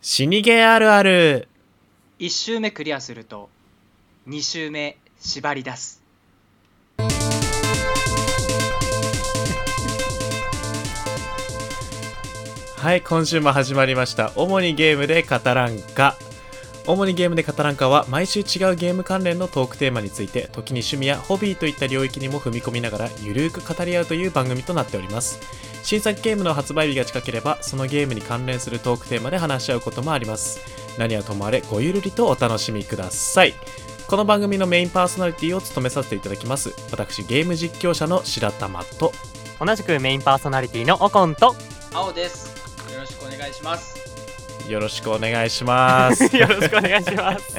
死にゲーあるある1周目クリアすると2周目縛り出すはい今週も始まりました主にゲームで語らんか主にゲームで語らんかは毎週違うゲーム関連のトークテーマについて時に趣味やホビーといった領域にも踏み込みながらゆるーく語り合うという番組となっております新作ゲームの発売日が近ければそのゲームに関連するトークテーマで話し合うこともあります何はともあれごゆるりとお楽しみくださいこの番組のメインパーソナリティを務めさせていただきます私ゲーム実況者の白玉と同じくメインパーソナリティのオコンと青ですよろしくお願いしますよろしくお願いします よろしくお願いします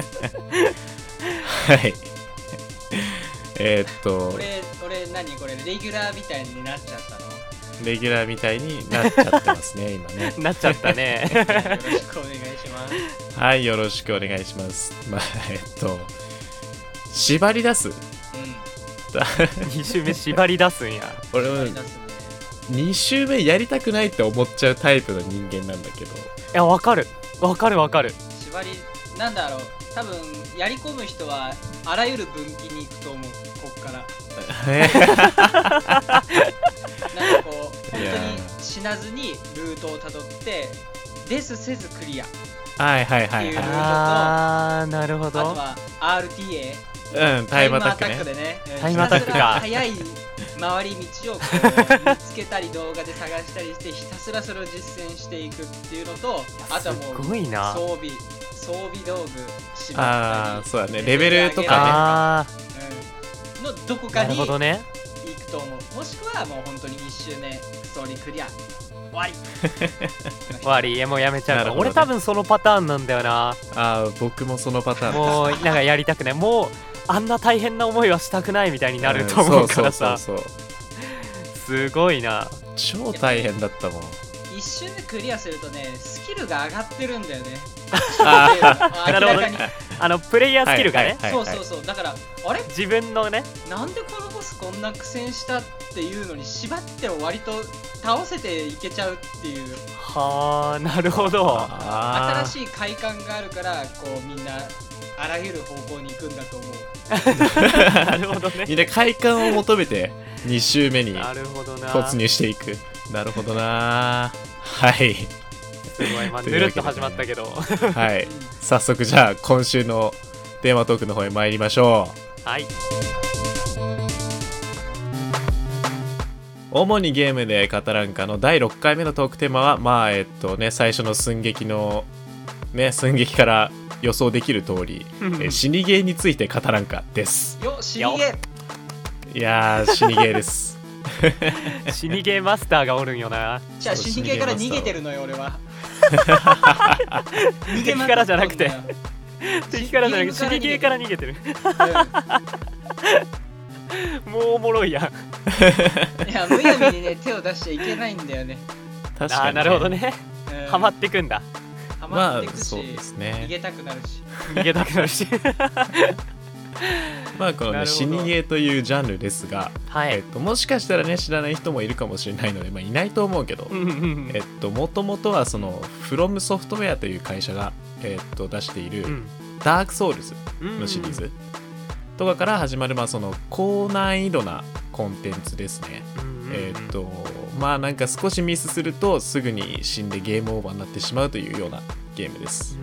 はい。えーっとこ、れ俺何これレギュラーみたいになっちゃ ったレギュラーみたいになっちゃってます ね、今ね。なっちゃった ねのよろしくお願いしますはい、よろしくお願いします。まあ、えーっと、縛り出す。う2周目縛り出すんや俺ん縛はり出すね2周目やりたくないって思っちゃうタイプの人間なんだけ ど、いやわかるわかるわかる縛りなんだろう多分やり込む人はあらゆる分岐に行くと思うこっからなんかこう本いやー当に死なずにルートをたどってデスせずクリアはいはいはいっていうはあーなるほあとどは RTA い。うん、タイムアタックね。でねタイムアタックかうんひたすら速い回り道をこう見つけたり動画で探したりしてひたすらそれを実践していくっていうのとあとはもすうごいな装備装備道具縛ああ、ったそうだね。レベルとかあり、うん、のどこーかなにるほ行どねくと思うもしくはもう本当に1周目ストーリークリア終わり終わりもうやめちゃうかなるらほどね俺多分そのパターンなんだよなね。ああー、僕もそのパターンだ。もうなんかやりたくないもうあんな大変な思いはしたくないみたいになると思うからさんそうそうそうすごいなそう。超大変だった もん。 1周目クリアするとねスキルが上がってるんだよね あー明らかにあのプレイヤースキルがね、はいそうそうそうだからあれ自分のねなんでこのボスこんな苦戦したっていうのに縛っても割と倒せていけちゃうっていうはあなるほどあ新ーしい快感があるからこうみんなあらゆる方向に行くんだと思う なるほどねみんな快感を求めて2周目になるほどな突入していくなるほどなはいすごい、まあ、とぬいうわけでねるっと始まったけどはい早速じゃあ今週のテーマトークの方へ参りましょはい、う主にゲームで語らんかの第6回目のトークテーマはまあえっとね最初の寸劇のね寸劇から予想できる通りえ死にゲーについて語らんかですよし逃げいやー死にゲーです 死にゲーマスターがおるん よなじゃあ死にゲーから逃げてるのよ俺は 逃敵からじゃなくてまくっ敵からじゃなくて死死ににゲゲーーかからら逃げてるたんだよもうおもろいやんうんいやむやみにね手を出しちゃいけないんだよね確かに、あーなるほどねうんハマってくんだハマまあってくしそうです逃ねげたくなるし逃げたくな るしまあこのなねるほど死にゲーというジャンルですがはえっいと、もしかしたらね知らない人もいるかもしれないので、まあ、いないと思うけど、うんうんうんえっともともとはそのフロムソフトウェアという会社が、えっと出している「ダークソウルズうんのシリーズ、とかから始まる、まあ、その高難易度なコンテンツですね。うんうんうんえっとまあなんか少しミスするとすぐに死んでゲームオーバーになってしまうというようなゲームです。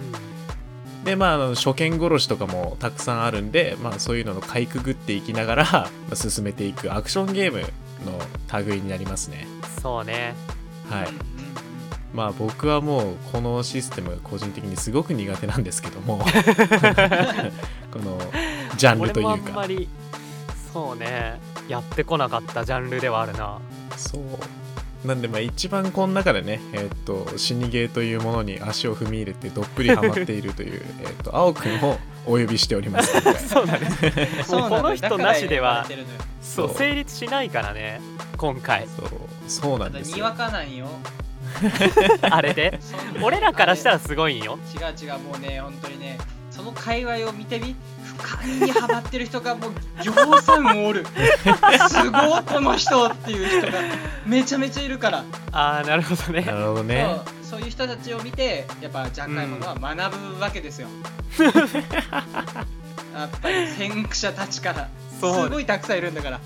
でまああの初見殺しとかもたくさんあるんで、まあ、そういうののかいくぐっていきながら、 まあ進めていくアクションゲームの類になりますねうんそうねはいうんうんうんまあ僕はもうこのシステムが個人的にすごく苦手なんですけども このジャンル俺といもあうんまかりそうねやってこなかったジャンルではあるなそうなんでまあ一番この中でねえーっと死にゲーというものに足を踏み入れてどっぷりハマっているという えーっと青くんをお呼びしております今回そうだねそうなこの人なしでだはから言われてるそう成立しないからね今回そうそうなんでのよただすによわかなんよあ れでそんな俺らからしたあらすごいんよれ違う違うもうね本当にねその界隈を見てみ深いにハマってる人がもうぎょうさんおるすごいこの人っていう人がめちゃめちゃいるからああなるほどねなるほどねそうそういう人たちを見てやっぱジャンカイモノは学ぶわけです よ、やっぱり先駆者たちからそうすごいたくさんいるんだから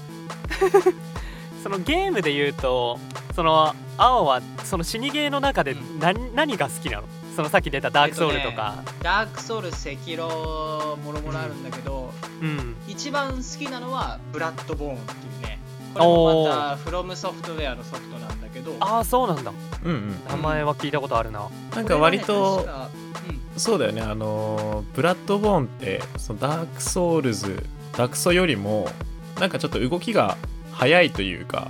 そのゲームで言うとその青はその死にゲーの中でうん何,、何が好きなのそのさっき出たダークソウルとか、ダークソウル赤狼もろもろあるんだけど、うん一番好きなのはブラッドボーンっていうねこれもまたフロムソフトウェアのソフトなんだけどああそうなんだうんうん名前は聞いたことあるな、なんか割とこれはね確かそうだよねあのーブラッドボーンってそのダークソウルズダークソよりもなんかちょっと動きが速いというか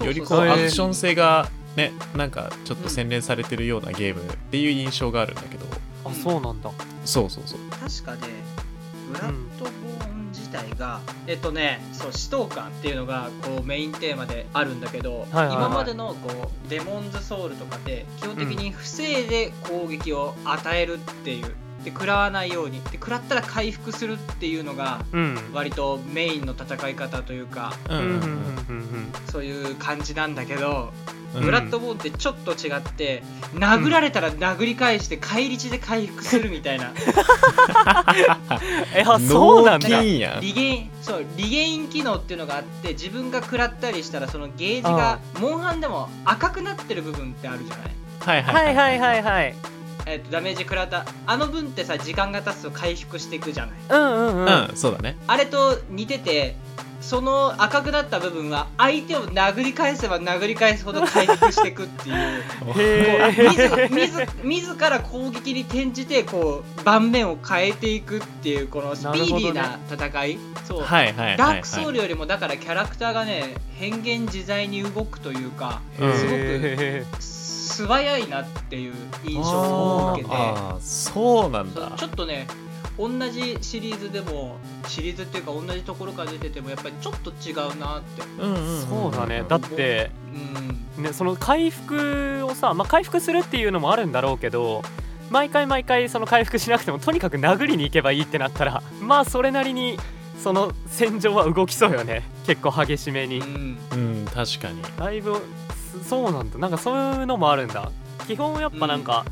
うんよりこうそうアそうクション性がねなんかちょっと洗練されてるようなゲームっていう印象があるんだけどあそうなんだそうそうそう確かねブラッドボーン自体が、えっとねそう死闘感っていうのがこうメインテーマであるんだけど、はいはいはい今までのこうデモンズソウルとかで基本的に防いで攻撃を与えるっていう、で食らわないようにで食らったら回復するっていうのがうん割とメインの戦い方というかううんんううんんううんんうんそういう感じなんだけど、うブんラッドボーンってちょっと違って殴られたら殴り返して返り血で回復するみたいな。えあそうなん脳だ筋やん リゲインそうリゲイン機能っていうのがあって自分が食らったりしたらそのゲージがあモンハンでも赤くなってる部分ってあるじゃない、はいはいはいはいいはいえっとダメージ食らったあの分ってさ時間が経つと回復していくじゃないうんうんうん、うんそうだねあれと似ててその赤くなった部分は相手を殴り返せば殴り返すほど回復していくっていうへ こうー自自自ら攻撃に転じてこう盤面を変えていくっていうこのスピーディーな戦いそ うはいはいはいはいダークソウルよりもだからキャラクターがね変幻自在に動くというかうんすごくへ素早いなっていう印象を受けてあーそうなんだそうちょっとね同じシリーズでもシリーズっていうか同じところから出ててもやっぱりちょっと違うなってうんうんんんそうだねだってうんね、その回復をさ、まあ、回復するっていうのもあるんだろうけど毎回毎回その回復しなくてもとにかく殴りに行けばいいってなったらまあそれなりにその戦場は動きそうよね結構激しめうんにうん確かにだいぶそそうなんだなんかそういうのもあるんだ基本やっぱなんか、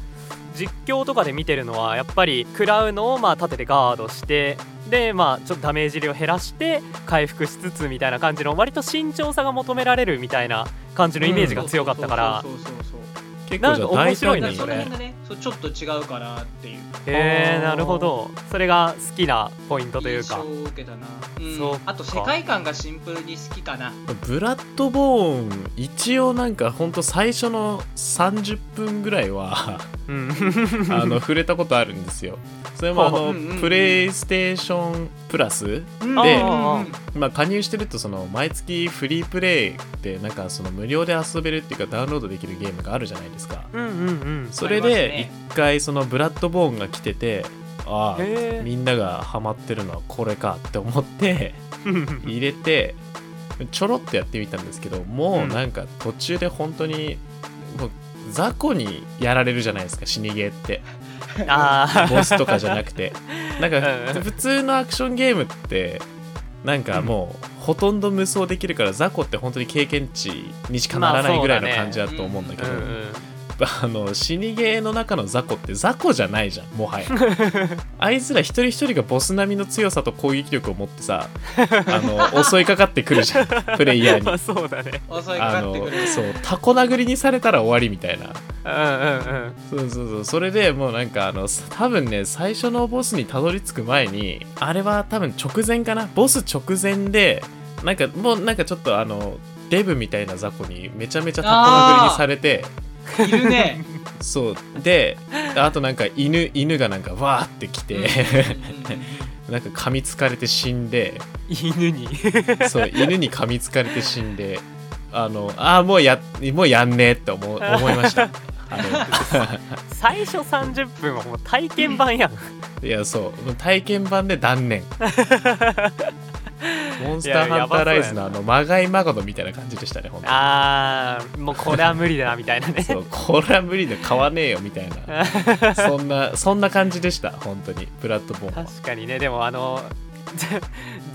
実況とかで見てるのはやっぱり食らうのをまあ盾でガードしてでまあちょっとダメージ量減らして回復しつつみたいな感じの割と慎重さが求められるみたいな感じのイメージが強かったから。そうそうそうそう結構じゃあ大そ胆うだからにそのなんか面白い辺ねがねそうちょっと違うかなっていうへあえーなるほどそれが好きなポイントという印象かを受けたな、うんそうかあと世界観がシンプルに好きかなブラッドボーン一応なんかほんと最初の30分ぐらいはうんあの触れたことあるんですよそれもあの、うんうんうんプレイステーションプラスうんあーうんうんまあ加入してるとその毎月フリープレイでなんかその無料で遊べるっていうかダウンロードできるゲームがあるじゃないですかうんうんうんそれありでます一回そのブラッドボーンが来ててああ へみんながハマってるのはこれかって思ってえ入れてちょろっとやってみたんですけどもうなんか途中で本当にもう雑魚にやられるじゃないですか死にゲーって あボスとかじゃなくてなんかうんうん普通のアクションゲームってなんかもうほとんど無双できるから雑魚って本当に経験値にしかならないぐらいのまあそうだ感ねじだと思うんだけあど、うんうんあの死にゲーの中の雑魚って雑魚じゃないじゃんもは やあいつら一人一人がボス並みの強さと攻撃力を持ってさあの襲いかかってくる じゃんプレイヤーまにあそうだね襲いかあかっのてくるそうタコ殴りにされたら終わりみたいなうんうんうんそうそうそうそれでもうなんかあのさ多分ね最初のボスにたどり着く前にあれは多分直前かなボス直前でなんかもうなんかちょっとあのデブみたいな雑魚にめちゃめちゃタコ殴りにされているね。そうであとなんか犬犬がなんかわーって来て、 なんか噛みつかれて死んで犬にそう犬に噛みつかれて死んであのああもうやもうやんねえって 思う思いましたあ最初30分はもう体験版やんのいやそうもう体験版で断念モンスターハンターライズのあのまがいまがのみたいな感じでしたね本当にあーもうこれは無理だなみたいなねそうこれは無理で買わねえよみたいなそんなそんな感じでした本当にプラットフォームは 確かにねでもあの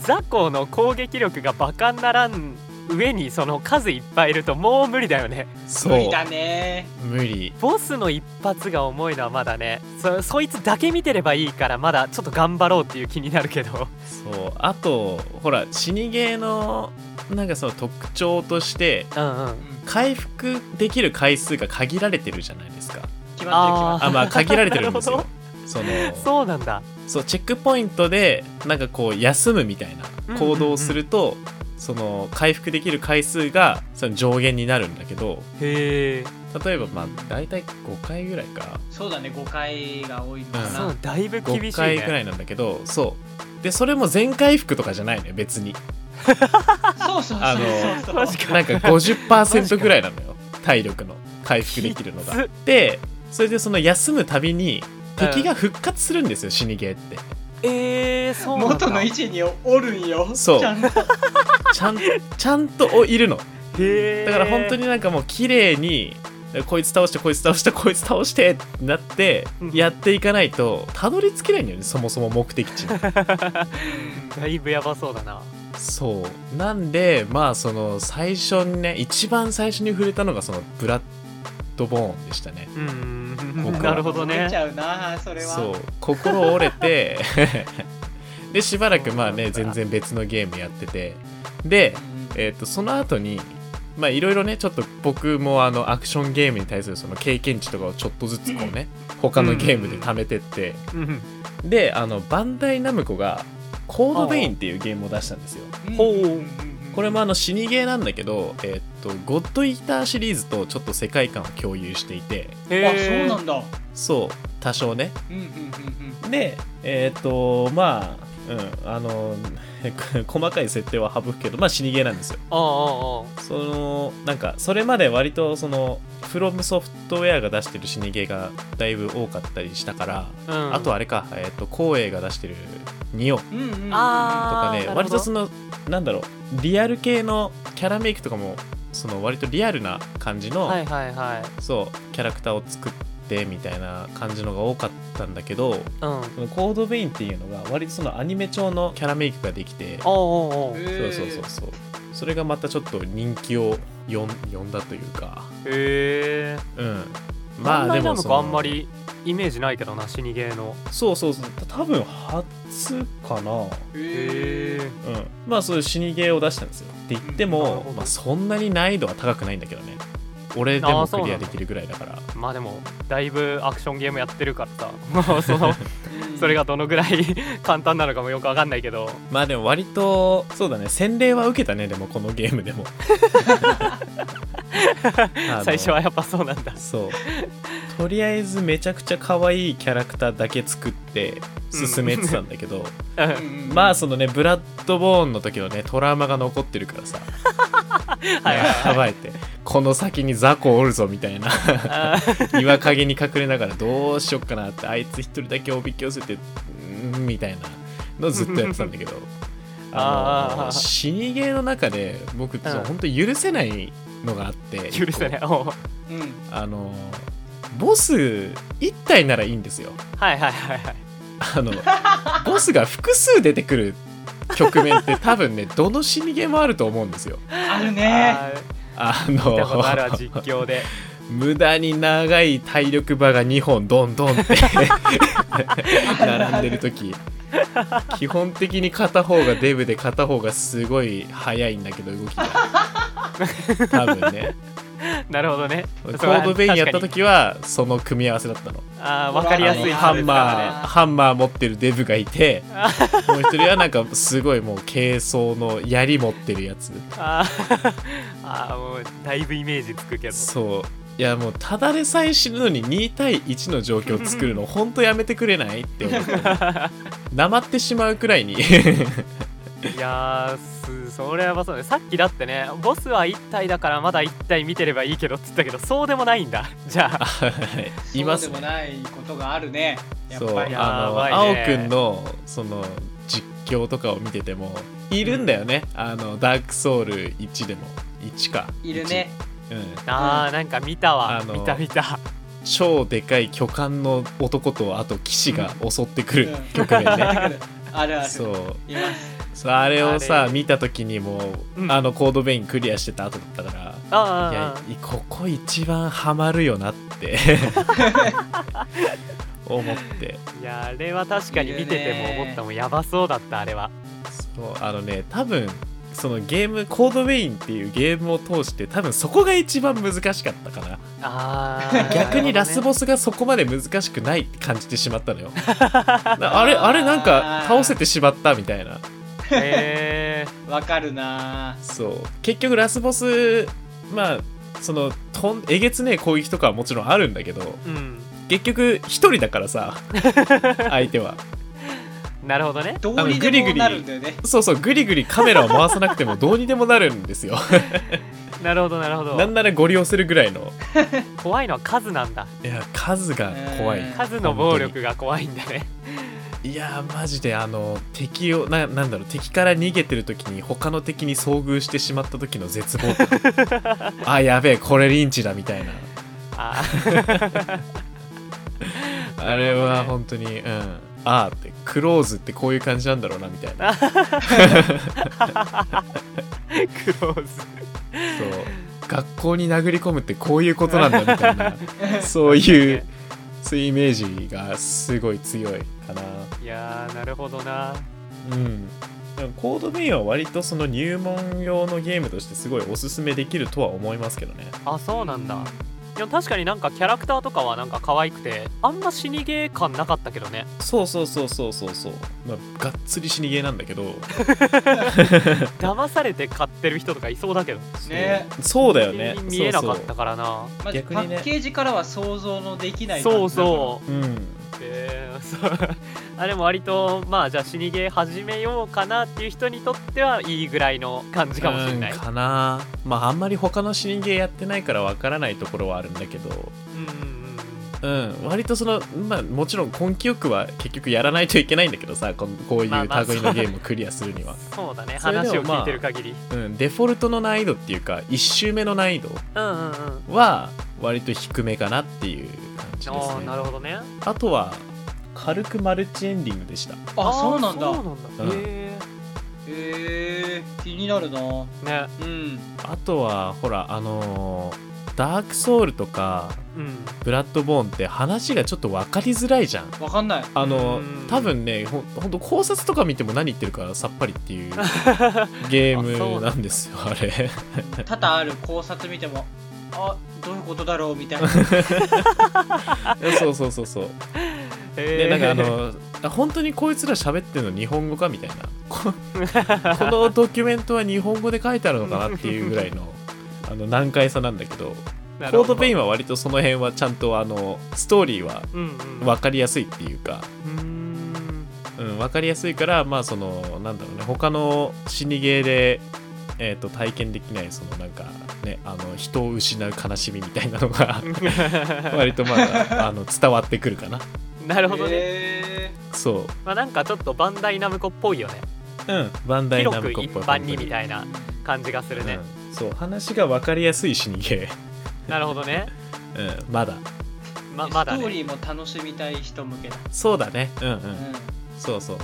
ざ雑魚の攻撃力がバカにならん上にその数いっぱいいるともう無理だよねそう無理だね無理ボスの一発が重いのはまだねそそいつだけ見てればいいからまだちょっと頑張ろうっていう気になるけどそうあとほら死にゲーのなんかその特徴としてうんうんうん回復できる回数が限られてるじゃないですか決まってあまあ限られてるんですなよるそのそうなんだそうチェックポイントでなんかこう休むみたいうんうんうなん行動をすると、その回復できる回数がその上限になるんだけどへえ例えばまあ大体5回ぐらいかる決まってるそうだね誤解が多いのかうんな、そうだいぶ厳5しい回ぐらねいなんだけどそうでそれも全回復とかじゃないのよ別にそうそうそうそうあのそう確かなんか50%ぐらいなのよ体力の回復できるのきがつでそれでその休むたびに敵が復活するんですよ、死にゲーっ てえー、そうなんだ元の位置におるんよそうちゃんとちゃんちゃんといるのへだえから本当になんかもう綺麗にこいつ倒してこいつ倒してこいつ倒してってなってうんやっていかないとたどり着けないんだよねそもそも目的地 にだいぶやばそうだなそうなんでまあその最初にね一番最初に触れたのがそのブラッドボーンでしたねうんうんうん僕はなるほど出ちねゃうなそれはそう心折れて でしばらくまあねそ全うなんだ然別のゲームやっててで、うんえー、とその後にまあいろいろねちょっと僕もあのアクションゲームに対するその経験値とかをちょっとずつこうね他のゲームで貯めてって、うんであのバンダイナムコが「コードベイン」っていうゲームを出したんですようんほうんんんこれもあの死にゲーなんだけど、えー、とゴッドイーターシリーズとちょっと世界観を共有していてあそうへなんだそう多少ねうんうんうんうんでえっ、とまあうんあの 細かい設定は省くけどまあ死にゲーなんですよああああそのなんかそれまで割とそのフロムソフトウェアが出してる死にゲーがだいぶ多かったりしたから、うんあとあれかえっ、と光栄が出してるニオとうんうんうんかあーなるねほど割とそのなんだろうリアル系のキャラメイクとかもその割とリアルな感じの、はいはいはいそうキャラクターを作ってみたいな感じのが多かったんだけどうんそのコードベインっていうのが割とそのアニメ調のキャラメイクができてそおうおうおうへへうーそうそうそうそれがまたちょっと人気を呼ん呼んだというかえうんまあまあででももそのあんまりイメージないけどな死にゲーのそうそうそう多分初かなうんへえまあそういう死にゲーを出したんですよって言ってうんなもるほ、どまあ、そんなに難易度は高くないんだけどね俺であもーそうクなんリだアできるぐらいだからまあでもだいぶアクションゲームやってるからさもう そのそれがどのぐらい 簡単なのかもよくわかんないけどまあでも割とそうだね洗礼は受けたねでもこのゲーム でも あの最初はやっぱそうなんだそうとりあえずめちゃくちゃ可愛いキャラクターだけ作って進めてたんだけど、うんまあそのねブラッドボーンの時のねトラウマが残ってるからさ はいはいやばいってこの先に雑魚おるぞみたい なあー岩陰に隠れながらどうしよっかなってあいつ一人だけおびき寄せてうーんみたいなのずっとやってたんだけど あーあの死にゲーの中で僕その本当に許せないのがあって許せないおううんあのボス1体ならいいんですよはいはいはいはいあのボスが複数出てくる局面って多分ねどの死にゲーもあると思うんですよあるねああー見たことあるわの実況で無駄に長い体力場が2本ドンドンって 並んでる時基本的に片方がデブで片方がすごい速いんだけど動きが多分ねなるほどねコそれはードベインやった 確かに時はその組み合わせだったのあーわかりやすいあのハンマーねハンマー持ってるデブがい てあもう一人はなんかすごいもう軽装の槍持ってるやつあー あーもうだいぶイメージつくけどそういやもうただでさえ死ぬのに2対1の状況を作る のほんとやめてくれないって思ってなまってしまうく らいにいやーすそれはやばそうねさっきだってねボスは1体だからまだ1体見てればいいけどって言ったけどそうでもないんだじゃあいますそうねでもないことがあるねやっそうぱありのやば青いねくんのその実況とかを見ててもいるんだよねあのダークソウル1でも1かいるね1うんあーなんか見たわ、あの見た見た超でかい巨漢の男とあと騎士が襲ってくるうん 局面ね、あるあるそういますそうあれをあされ見た時にもう、うんあのコードベインクリアしてた後だったからいあやーあーいここ一番ハマるよなって思っていやあれは確かに見てても思ったもんやばそうだったあれはそうあのね多分そのゲームコードウェインっていうゲームを通して多分そこが一番難しかったかなあー逆にラスボススがそこまで難しくないって感じてしまったのよ なあれあれなんか倒せてしまったみたいなへえわかるなそう結局ラスボスまあそのとんえげつねえ攻撃とかはもちろんあるんだけどうん結局一人だからさ相手はなるほどねどうにでもなるんだよねそうそうグリグリカメラを回さなくてもどうにでもなるんですよなるほどなるほなんどならご利用するぐらいの怖いのは数なんだいや数が怖い、うん数の暴力が怖いんだねいやーマジであの敵をななんだろう敵から逃げてる時に他の敵に遭遇してしまった時の絶望感あやべえこれリンチだみたいなああれは本当に、うんああってクローズってこういう感じなんだろうなみたいなそークローズう学校に殴り込むってこういうことなんだみたいなそういうそういうイメージがすごい強いかないやーなるほどなうんでもコードメインは割とその入門用のゲームとしてすごいおすすめできるとは思いますけどねあそうなんだいや確かになんかキャラクターとかはなんか可愛くてあんま死にゲー感なかったけどねそうそうそうそうそうそう、まあ、がっつり死にゲーなんだけど騙されて買ってる人とかいそうだけどねそうだよね全然見えなかったそうからなまず逆パにねッケージからは想像のできないそうそうそううんえーそう あれも割とまあじゃあ死にゲー始めようかなっていう人にとってはいいぐらいの感じかもしれないうんかなまああんまり他の死にゲーやってないからわからないところはあるんだけどううん割とそのまあもちろん根気よくは結局やらないといけないんだけどさこんこういまあうまあ類のゲームをクリアするには、んそうだねそれで話もを聞いてる限り、うん、デフォルトの難易度っていうか1周目の難易度うんうんうんは割と低めかなっていう感じであすあねなるほどねあとは軽くマルチエンディングでしたあそうなんだそうなんだうんへへえ気になるなうえねんあとはほらあのーダークソウルとかうんブラッドボーンって話がちょっと分かりづらいじゃんわかんないあのうん多分ねほんほんと考察とか見ても何言ってるかさっぱりっていうゲ ームなんですよあれ多々ある考察見てもあどういうことだろう みたいなそうそうそうそうへでなえんかあのあ本当にこいつら喋ってるの日本語かみたいなここのドキュメントは日本語で書いてあるのかなっていうぐらいのあの難解さなんだけど なるコほードペインはは割とその辺はちゃんとあのストーリーはうんうん分かりやすいっていうか、うーんうん、分かりやすいからまあそのなんだろうね他の死にゲーで、えー、と体験できないそのなんかねあの人を失う悲しみみたいなのが割とまああの伝わってくるかな なるほどねへそまあなんかちょっとバンダイナムコっぽいよねううんバンダイ広ナくムコっ一ぽい般にみたいーな感じがするねうんそう話が分かりやすい死にゲなるほどねー、うん、まだままだストーねリーも楽しみたい人向けだ、そうだねうんうんうんそうそう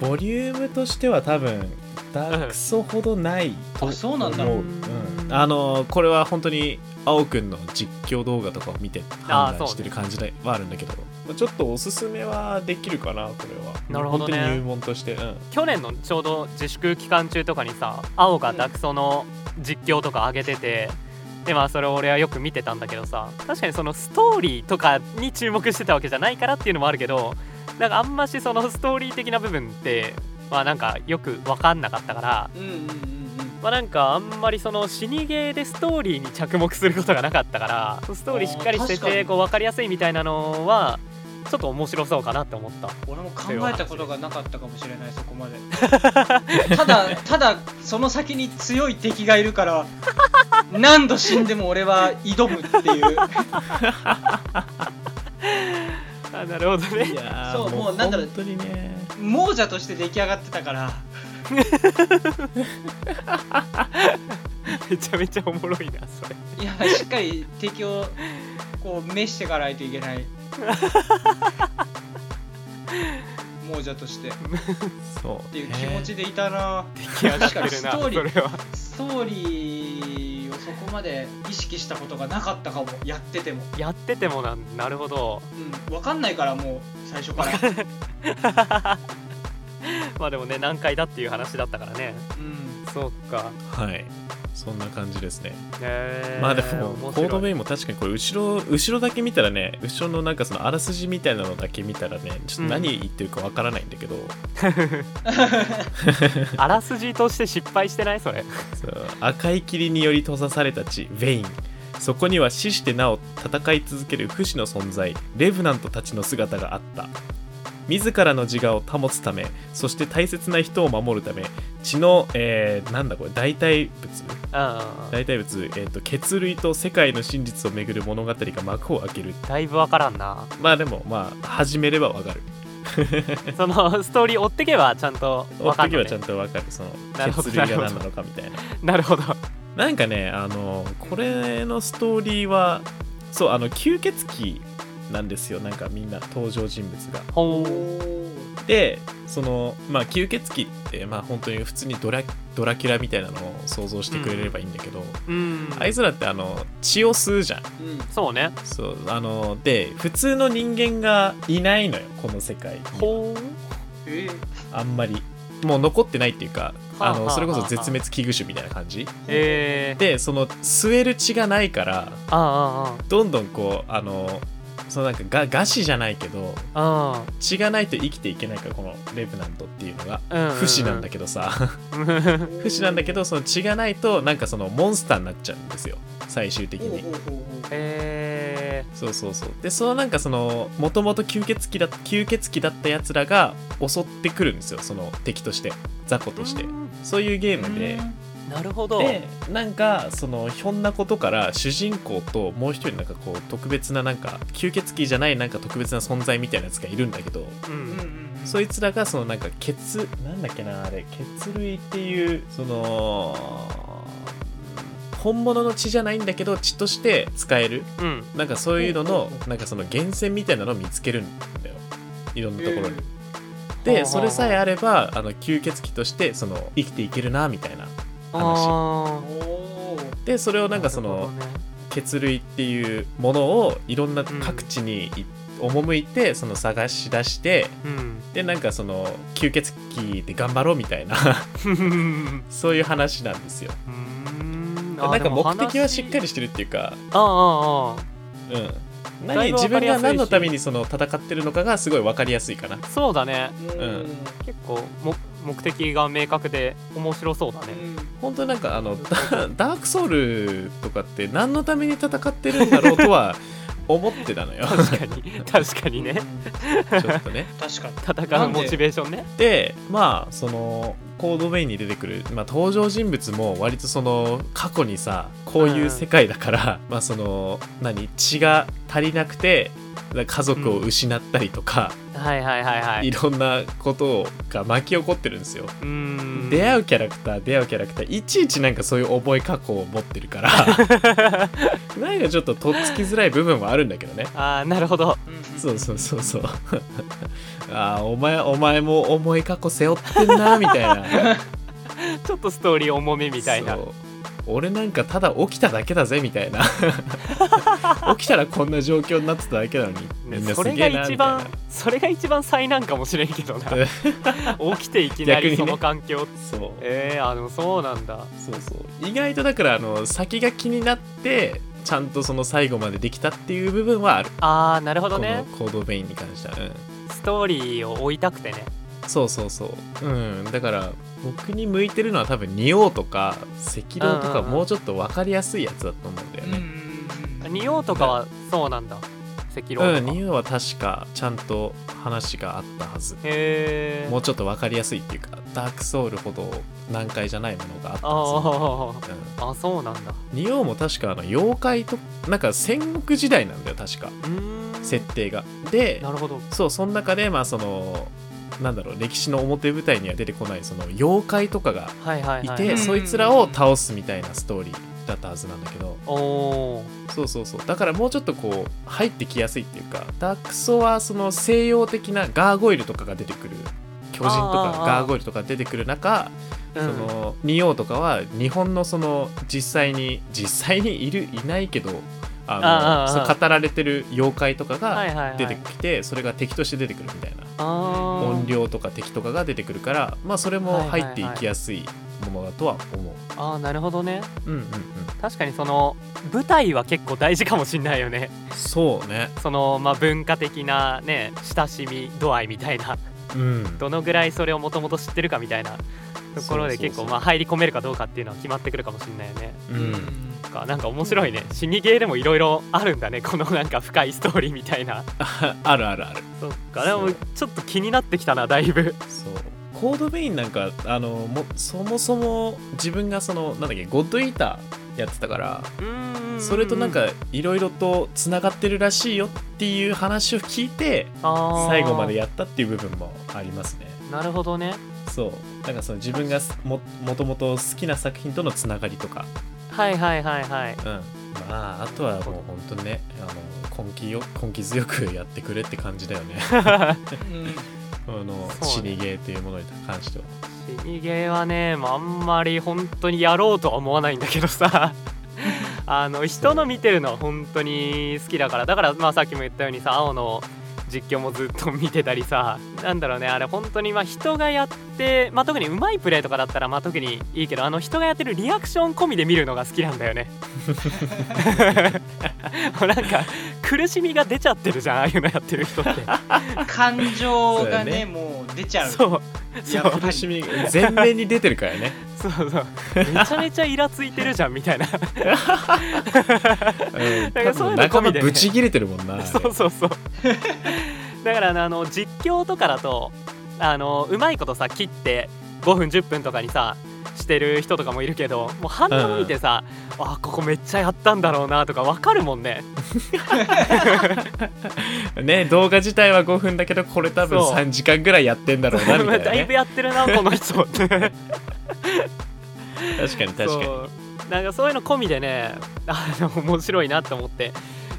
ボリュームとしては多分ダークソほどないとあそうなんだ思ううんあのこれは本当に青くんの実況動画とかを見てあー判断してる感じではあるんだけどまあちょっとおすすめはできるかなこれはなるほどね本当に入門として、うん、去年のちょうど自粛期間中とかにさ青がダクソの実況とか上げてて、でまあそれを俺はよく見てたんだけどさ確かにそのストーリーとかに注目してたわけじゃないからっていうのもあるけどなんかあんましそのストーリー的な部分ってまあなんかよく分かんなかったから。うんうんうんまあ、なんかあんまりその死にゲーでストーリーに着目することがなかったからストーリーしっかりしてあー確かてにこう分かりやすいみたいなのはちょっと面白そうかなって思った俺も考えたことがなかったかもしれないそこ までただただその先に強い敵がいるから何度死んでも俺は挑むっていうあなるほどねいやそうもうなんだろう本当にね亡者として出来上がってたからめちゃめちゃおもろいなそれいやしっかり敵を こう召していかないといけない亡者としてっそうていう気持ちでいたな、出来上がってるな確かにストーリーそれはストーリーをそこまで意識したことがなかったかもやってても、やっててもなんなるほどうん、分かんないからもう最初から、うん、まあでもね難解だっていう話だったからねそうかはいそんな感じですね、へーまあでもコ面白いードメインも確かにこれ後ろ後ろだけ見たらね後ろのなんかそのあらすじみたいなのだけ見たらねちょっと何言ってるかわからないんだけど、あらすじとして失敗してないそれそう赤い霧により閉ざされた地ヴェインそこには死してなお戦い続ける不死の存在レヴナントたちの姿があった自らの自我を保つためそして大切な人を守るため血の、えーなんだこれ代替物うん代替物、えー、と血類と世界の真実をめぐる物語が幕を開けるだいぶわからんなまあでもまあ始めればわかるそのストーリー追ってけばちゃんと追わっかとんけのばねちゃんとわかるそのなるほど血類が何なのかみたいななるほどなんかねあのこれのストーリーはそうあの吸血鬼なんですよなんかみんな登場人物がおおほうでそのまあ吸血鬼ってまあ本当に普通にドラドラキュラみたいなのを想像してくれればいいんだけど、うんあいつらってあの血を吸うじゃんうんそうねそうあので普通の人間がいないのよこの世界にほえあんまりもう残ってないっていうかあはあはあはのあそれこそ絶滅危惧種みたいな感じえー、でその吸える血がないからあどんどんこうあのそのなんかが餓死じゃないけどああああ血がないと生きていけないからこのレブナントっていうのが、うんうんうん不死なんだけどさ あ不死なんだけどその血がないとなんかそのモンスターになっちゃうんですよ最終的ほうほうに。ほうほう えそうそうそうでそのなんかそのもともと吸血鬼だ吸血鬼だったやつらが襲ってくるんですよその敵として雑魚ー、としてうんそういうゲームでなるほどでなんかそのひょんなことから主人公ともう一人なんかこう特別ななんか吸血鬼じゃないなんか特別な存在みたいなやつがいるんだけどううんうんんうんそいつらがそのなんか血なんだっけなあれ血類っていうその本物の血じゃないんだけど血として使えるうんなんかそういうののうんなんかその源泉みたいなのを見つけるんだよいろんなところに。ほうほうほでうそれさえあればあの吸血鬼としてその生きていけるなみたいな。話あえーおーでそれをーなんかそるほのどね血類っていうものをいろんな各地にい赴いてその探し出してでなんかその吸血鬼で頑張ろうみたいな うんそういう話なんですよ。うーんあなんか目的はしっかりししてるっていうか、あああうん、だ何いぶわ自か分りやすいしが何のためにその戦ってるのかがすごい分かりやすいかな。あそうだねうんうん結構も目的が明確で面白そうだね本当になんかあのダ ダークソウルとかって何のために戦ってるんだろうとは思ってたの よち確か に確かうにんねょっとね。確かに戦うモチベーションねでまあそのコードウェイに出てくる、まあ、登場人物も割とその過去にさこういう世界だから、まあその何血が足りなくて家族を失ったりとか、はいはいはいはいいろんなことが巻き起こってるんですよ。うーん出会うキャラクター出会うキャラクターいちいちなんかそういう重い過去を持ってるからな んかちょっととっつきづらい部分はあるんだけどねああなるほどそうそうそうそう あーお前お前も重い過去背負ってんなみたいなちょっとストーリー重めみたいなそう俺なんかただ起きただけだぜみたいな 起きたらこんな状況になってただけなのにみんねなそすれげがえな一みたいな番それが一番災難かもしれんけどな 起きていきな逆にりねその環境、そうええー、あのそうなんだそうそう意外とだからあの先が気になってちゃんとその最後までできたっていう部分はあるああなるほどこのね行動メインに関しては、うん、ストーリーを追いたくてねそうそうそううんだから僕に向いてるのは多分仁王とか赤狼とうんうかんうんもうちょっと分かりやすいやつだと思うんだよね仁王とかはそうなんだ赤狼とうか、ん仁王は確かちゃんと話があったはずへえもうちょっと分かりやすいっていうかダークソウルほど難解じゃないものがあったはあずうんああそうなんだ仁王も確かあの妖怪となんか戦国時代なんだよ確かうーん設定がでなるほどそうその中でまあそのなんだろう歴史の表舞台には出てこないその妖怪とかがはいはいいはいて、うんそいつらを倒すみたいなストーリーだったはずなんだけどおーそうそうそうだからもうちょっとこう入ってきやすいっていうかダークソはその西洋的なガーゴイルとかが出てくる巨人とあーあかーガーゴイルとか出てくる中うそんの仁王とかは日本のその実際に実際にいるいないけどあのあーあーあーそう語られてる妖怪とかはいがはいはい出てきて、それが敵として出てくるみたいなあー怨霊とか敵とかが出てくるからまあそれも入っていきやすいものだとは思う。あーなるほどねうんうんうん確かにその舞台は結構大事かもしんないよねそうね、そのまあ文化的なね親しみ度合いみたいなうん、どのぐらいそれをもともと知ってるかみたいなところでそうそう結そう構まあ入り込めるかどうかっていうのは決まってくるかもしんないよねうん、かなんか面白いね死にゲーでもいろいろあるんだねこのなんか深いストーリーみたいなああるあるあるそっかでもそうちょっと気になってきたなだいぶそうコードベインなんかあのもそもそも自分がそのなんだっけゴッドイーターやってたからそれとなんかいろいろとつながってるらしいよっていう話を聞いて最後までややったっていう部分もありますねなるほどねそうなんかその自分がすももともと好きな作品とのつながりとかはいはいはいはいうんまああとはもう本当にねあの根気よ根気強くやってくれって感じだよ ねあうんのそ死うねにゲーというものに関しては死にゲーはねまああんまり本当にやろうとは思わないんだけどさあの人の見てるのは本当に好きだからだからまあさっきも言ったようにさ青の実況もずっと見てたりさなんだろうねあれ本当にまあ人がやって、まあ、特にうまいプレーとかだったらまあ特にいいけどあの人がやってるリアクション込みで見るのが好きなんだよねもうなんか苦しみが出ちゃってるじゃんああいうのやってる人って感情がそうねやねもう出ちゃうそうやそっうぱ苦りしみ全面に出てるからねそうそうめちゃめちゃイラついてるじゃんみたいなう んだから多そうい分うの込仲間みでねぶち切れてるもんなあれそうそうそう だからねあの実況とかだとあのうまいことさ切って5分10分とかにさしてる人とかもいるけどもう反応見てさ、あここめっちゃやったんだろうなとかわかるもんねね動画自体は5分だけどこれ多分そう3時間ぐらいやってんだろう なみたいな、だいぶね、やってるなこの人確確かかに確かにになんかそういうの込みでねあの面白いなと思って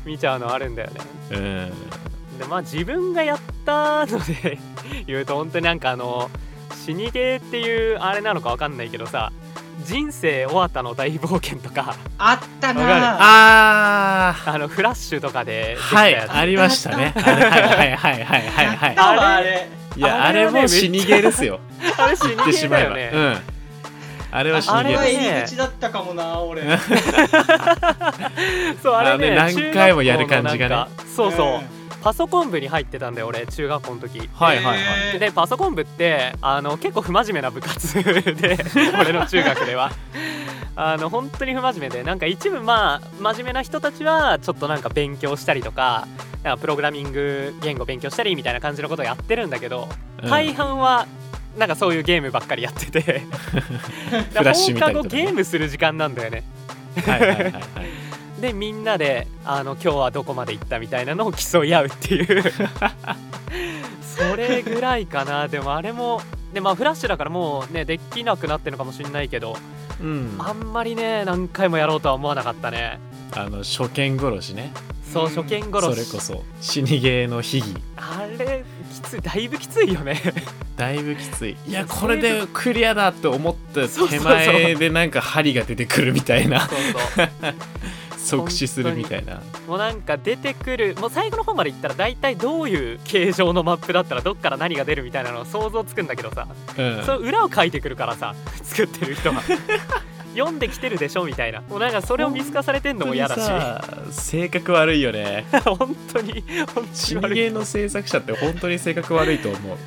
見ちゃうのあるんだよねうんでまあ自分がやったので 言うと本当になんかあの死にゲーっていうあれなのかわかんないけどさ人生終わったの大冒険とか あったわかるなあーあのフラッシュとかでできたはいやつ、ありました ねはいはいはいはいはいはあっいたはわあれいいやああれれはねも死にゲーですよあれ死に言ってゲしーまだえよばねうんあれは死あにれゲーはです入り口だったかもな俺そうああのれねね何回もやる感じがね中学校のなんかそうそう、パソコン部に入ってたんだよ俺中学校の時はいはいはい、えーでパソコン部ってあの結構不真面目な部活 で俺の中学ではあの本当に不真面目でなんか一部まあ真面目な人たちはちょっとなんか勉強したりとかなんかプログラミング言語勉強したりみたいな感じのことをやってるんだけど、うん大半はなんかそういうゲームばっかりやっ ててフラッシュみたいな放課と後かねゲームする時間なんだよねはいはいはいはいでみんなであの今日はどこまで行ったみたいなのを競い合うっていうそれぐらいかなでもあれもでまあフラッシュだからもうねできなくなってるのかもしれないけどうんあんまりね何回もやろうとは思わなかったねあの初見殺しねそううん初見そ殺れしこそ死にゲーの秘技あれきついだいぶきついよねだいぶきついいやそういこれうでクリアだって思ったそうそう手そう前でなんか針が出てくるみたいなそうそう即死するみたいな もうなんか出てくるもう最後の方まで行ったら大体どういう形状のマップだったらどっから何が出るみたいなの想像つくんだけどさうん その裏を書いてくるからさ作ってる 人は読んできてるでしょみたいなもうなんかそれを見透かされてんのも嫌だし本当にさ性格悪いよ ね本当に本死に当に悪いゲーの制作者って本当に性格悪いと思う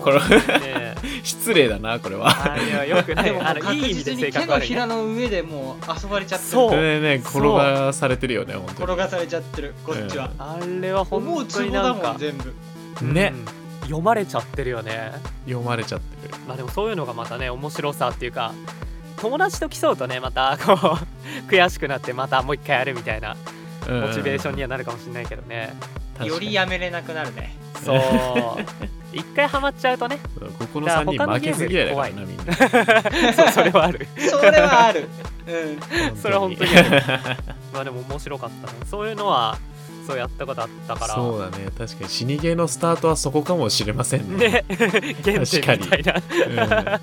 こ れね失礼だなこれはあれはよくなでいもあの確いい意味で実に性手格の悪い、ひらね、の上でもう遊ばれちゃってるそうこれね転がされてるよね本当転がされちゃってるこっちは、あれは思う本ツ当ボにだなんもんか全部にねうん読まれちゃってるよね読まれちゃってるまあでもそういうのがまたね面白さっていうか友達と競うとねまたこう 悔しくなってまたもう一回やるみたいなうんモチベーションにはなるかもしれないけどね確かによりやめれなくなるねそう一回ハマっちゃうとねここの3人だから他の負ゲけームずより嫌いだか怖らいなみんなそうそれはあるそれは ある、うん、 それは本当に本まあでも面白かったなそういうのはそうやったことあったからそうだね確かに死にゲーのスタートはそこかもしれませんねね 原点みたいなう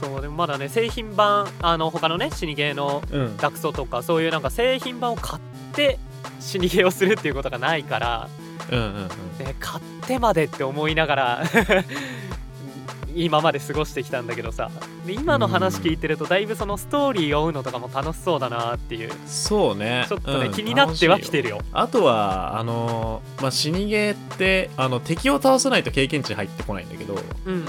そうでもまだね製品版あの他のね死にゲーのん、うん、ダクソとかそういうなんか製品版を買って死にゲーをするっていうことがないから、うんうんうんね、買ってまでって思いながら 今まで過ごしてきたんだけどさで今の話聞いてるとだいぶそのストーリーを追うのとかも楽しそうだなっていうそうねちょっとね、うん気になってはきて楽しいよるよあとはあのーまあ死にゲーってあの敵を倒さないと経験値入ってこないんだけどうん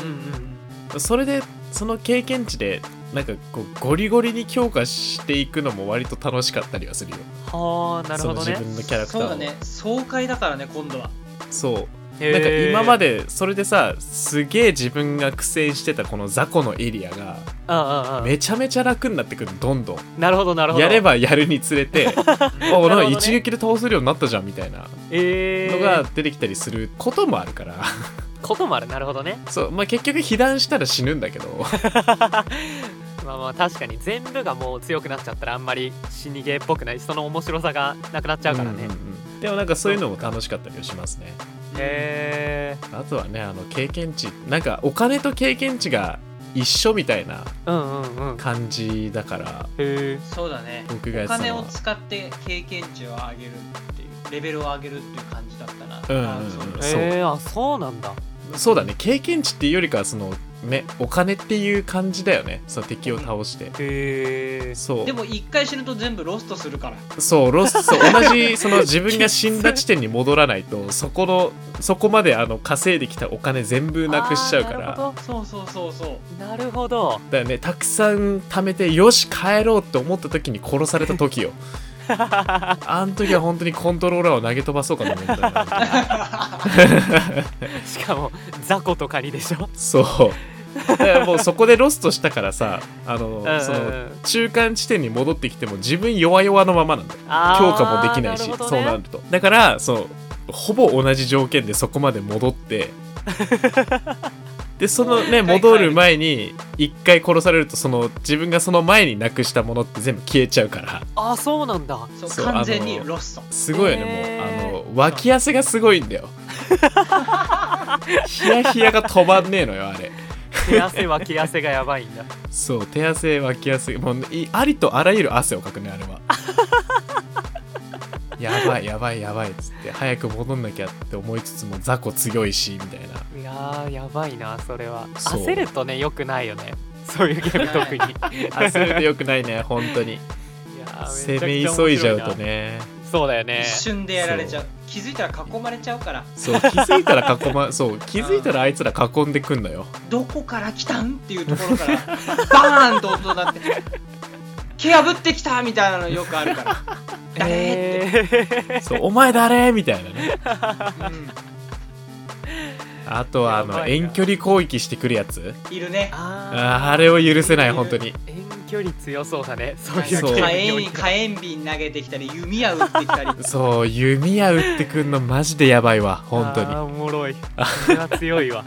うんそれでその経験値でなんかこうゴリゴリに強化していくのも割と楽しかったりはするよはあなるほどその自ね分のキャラクターそをうだね爽快だからね今度はそうへーなんか今までそれでさすげえ自分が苦戦してたこの雑魚のエリアがうんうんうんめちゃめちゃ楽になってくるのどんどんなるほどなるほどやればやるにつれ てうんあなんかね一撃で倒せるようになったじゃんみたいなえのー、が出てきたりすることもあるからこともあるなるほどねそう、まあ、結局被弾したら死ぬんだけどまあまあ確かに全部がもう強くなっちゃったらあんまり死にゲーっぽくないしその面白さがなくなっちゃうからね、うんうんうんでもなんかそういうのも楽しかったりはしますねへえあとはねあの経験値なんかお金と経験値が一緒みたいなうんうんうんへ感じだからえそうだね僕がやっおてた金のをは使って経験値を上げるっていうレベルを上げるっていう感じだったな、うんうんうんあそうだねそうえー、あそうなんだそうだね経験値っていうよりかはそのねお金っていう感じだよねその敵を倒して、へえそうでも一回死ぬと全部ロストするからそうロス そう同じその自分が死んだ地点に戻らないとそこのそこまであの稼いできたお金全部なくしちゃうからなだるほそうそうそうそうどなるほどからねたくさん貯めてよし帰ろうって思った時に殺された時 よあの時は本当にコントローラーを投げ飛ばそうかと思ったよねしかも雑魚とカニでしょそうだからもうそこでロストしたからさあの、うんうんうんその中間地点に戻ってきても自分弱々のままなんだよあー強化もできないしるほどそうねなるとだからそうほぼ同じ条件でそこまで戻ってでそ のねもう一回戻る前に一回殺されるとその自分がその前になくしたものって全部消えちゃうからあそうなんだそうそう完全にあのロストすごいよね、へーもうあの脇汗がすごいんだ よヒヤヒヤが止まんねえのよあれ手汗は気汗がやばいんだそう手汗脇汗もういありとあらゆる汗をかくねあれ はやばいやばいやばいっつって早く戻んなきゃって思いつつも雑魚強いしみたいないやーやばいなそれはそう焦るとねよくないよねそういうゲーム 特に焦るとよくないね 本当にいや攻ーめちゃめくちゃ急面白いじゃうなとねそうだよね一瞬でやられちゃう気づいたら囲まれちゃうからそう気づいたら囲ま そう気づいたらあいつら囲んでくんのよどこから来たんっていうところから バーンと音だって毛破ってきたみたいなのよくあるか誰 えそうお前誰みたいなねら、うん、あとはあやのばいな遠距離攻撃してくるやついるねああーあれを許せない本当にー遠距離強そうだねそういうそゲーム火におい炎て火炎瓶投げてきたり弓矢打ってきたりそう弓矢打ってくんのマジでやばいわ本当にあーお もろいそれは強いわ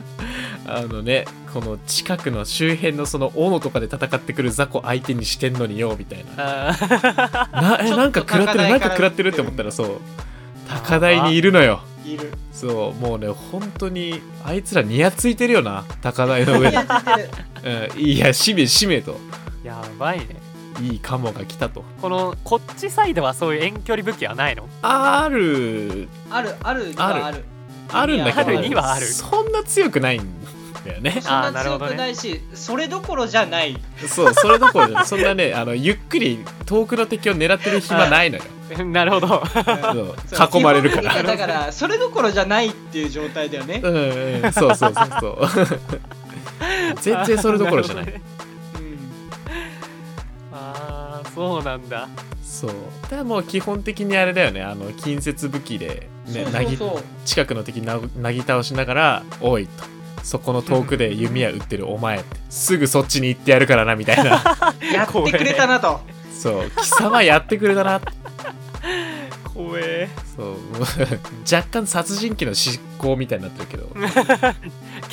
あのねこの近くの周辺のその斧とかで戦ってくる雑魚相手にしてんのによみたい なあーなえちょっとなんか食らってる高な台んかから食らってるって思ったらそう高台にいるのよいるそうもうね本当にあいつらニヤついてるよな高台の上い でや、ついてるうん、いやしめしめとやばいねいいカモが来たとこのこっちサイドはそういう遠距離武器はないの あるあるあるにはあるあるんだけどあるにはあるそんな強くないんだよねそんあーななるほ強どねくないし、それどころじゃないそうそれどころじゃないそんなねあのゆっくり遠くの敵を狙ってる暇ないの よなるほどそうそう囲まれるから基本的にはだからそれどころじゃないっていう状態だよねう、んうん、そうそうそうそう全然それどころ じゃないあーるうんほどねあーそうなんだそうただもう基本的にあれだよねあの近接武器で、ね、そうなぎそうそう近くの敵ななぎ倒しながら「おい」と「そこの遠くで弓矢撃ってるお前」ってすぐそっちに行ってやるからなみたいなやってくれたなとそう貴様やってくれたな怖えそう 若干殺人鬼の執行みたいになってるけど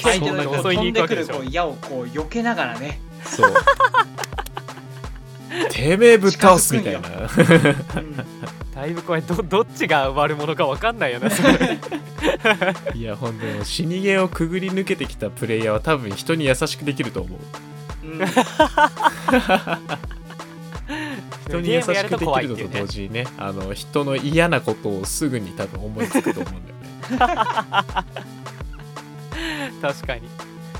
相手そんなのこうこと襲い飛にん行でくわくけでるしこょう矢をこう避けながらね、そうてめえぶっ倒すみたいなうんだいぶこれどどっちが悪者か分かんないよねそれいや本当に死にゲーをくぐり抜けてきたプレイヤーは多分人に優しくできると思ううん 人にゲ優ーしムやるくとで怖きいっるていうのとね同時にねあの人の嫌なことをすぐに多分思いつくと思うんだよね確かに